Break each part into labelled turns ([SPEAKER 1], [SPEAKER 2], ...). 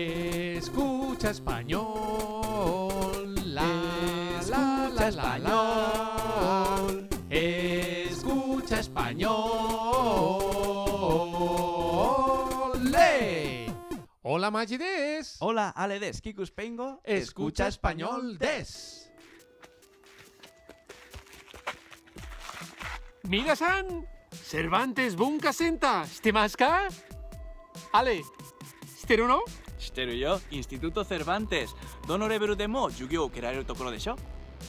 [SPEAKER 1] Escucha español. La, la, la,
[SPEAKER 2] Escucha
[SPEAKER 1] la, la.
[SPEAKER 2] español.
[SPEAKER 1] Escucha español. ¡Le! Hola, Magides.
[SPEAKER 2] Hola, Ale Des, Kikus Pengo.
[SPEAKER 1] Escucha español des.
[SPEAKER 3] Minasan, Cervantes bunka senta, ¿estemaska? Ale, ¿estero no?
[SPEAKER 4] してるよ、インスティテュート・セルバンテス。どのレベルでも授業を受けられるところでしょ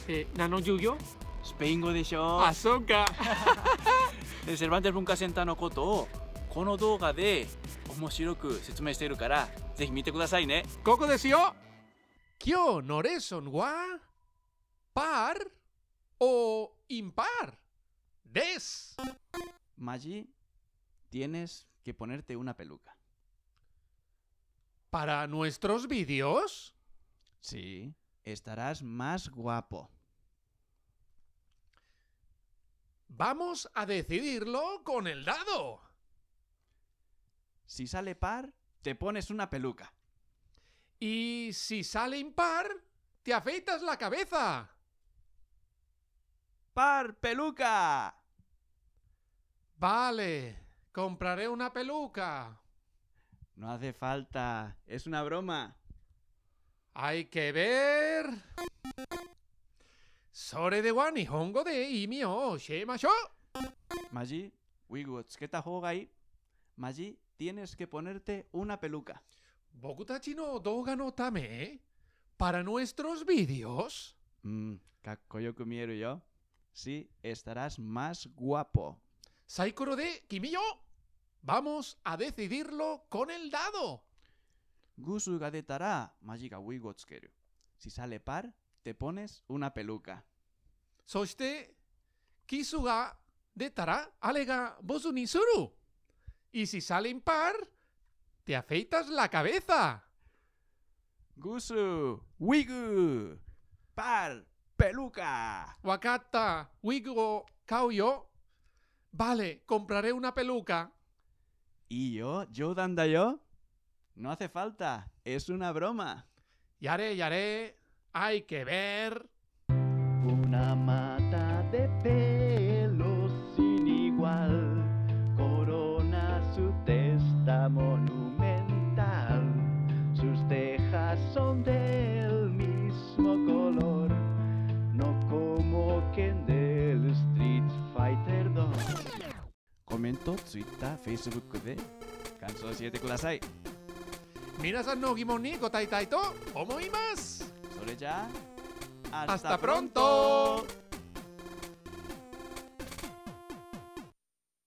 [SPEAKER 3] Eh, ¿Nano Yugyo?
[SPEAKER 4] スペイン語でしょ
[SPEAKER 3] Ah, soca.
[SPEAKER 2] Eh,
[SPEAKER 4] でセルバンテス文化センターのことをこの動画で面白く説明しているから、ぜひ見てくださいね。
[SPEAKER 3] Coco desio.
[SPEAKER 1] ¿Kyo noreson wa? ¿Par o impar? Des.
[SPEAKER 2] Maggi, tienes que ponerte una peluca.
[SPEAKER 1] ¿Para nuestros vídeos?
[SPEAKER 2] Sí. Estarás más guapo.
[SPEAKER 1] Vamos a decidirlo con el dado.
[SPEAKER 2] Si sale par, te pones una peluca.
[SPEAKER 1] Y si sale impar, te afeitas la cabeza.
[SPEAKER 2] ¡Par, peluca!
[SPEAKER 1] Vale, compraré una peluca.
[SPEAKER 2] No hace falta. Es una broma.
[SPEAKER 1] Hay que ver. Sore de wa nihongo de imi o shemashou.
[SPEAKER 2] Maggi, wigu tsuketa hogai. Maggi, tienes que ponerte una peluca.
[SPEAKER 1] Boku tachi no douga no tame, ¿eh? para nuestros vídeos,
[SPEAKER 2] Mmm, kakkoyoku mieru yo. Sí, estarás más guapo.
[SPEAKER 1] Saikoro de Kimillo, vamos a decidirlo con el dado.
[SPEAKER 2] Gusu ga detara, Maggi ga wigu o tsukeru. Si sale par, te pones una peluca.
[SPEAKER 1] そして、キスが出たら、あれがボスにする。Y si sale impar, te afeitas la cabeza.
[SPEAKER 2] Gusu, wigu, par, peluca.
[SPEAKER 1] わかった。ウィグを買うよ。Vale, compraré una peluca.
[SPEAKER 2] ¿Y yo? ¿Yodan da yo? No hace falta, es una broma.
[SPEAKER 1] Ya haré, ya haré. Hay que ver.
[SPEAKER 5] Una mata de pelos sin igual corona su testa monumental. Sus tejas son del mismo color, no como que del Street Fighter 2.
[SPEAKER 2] コメント、ツイッター、フェイスブックで感想を教えてください。
[SPEAKER 1] Minasan no gimon ni gotai tai to omoimasu.
[SPEAKER 2] それじゃあ、
[SPEAKER 1] Hasta pronto.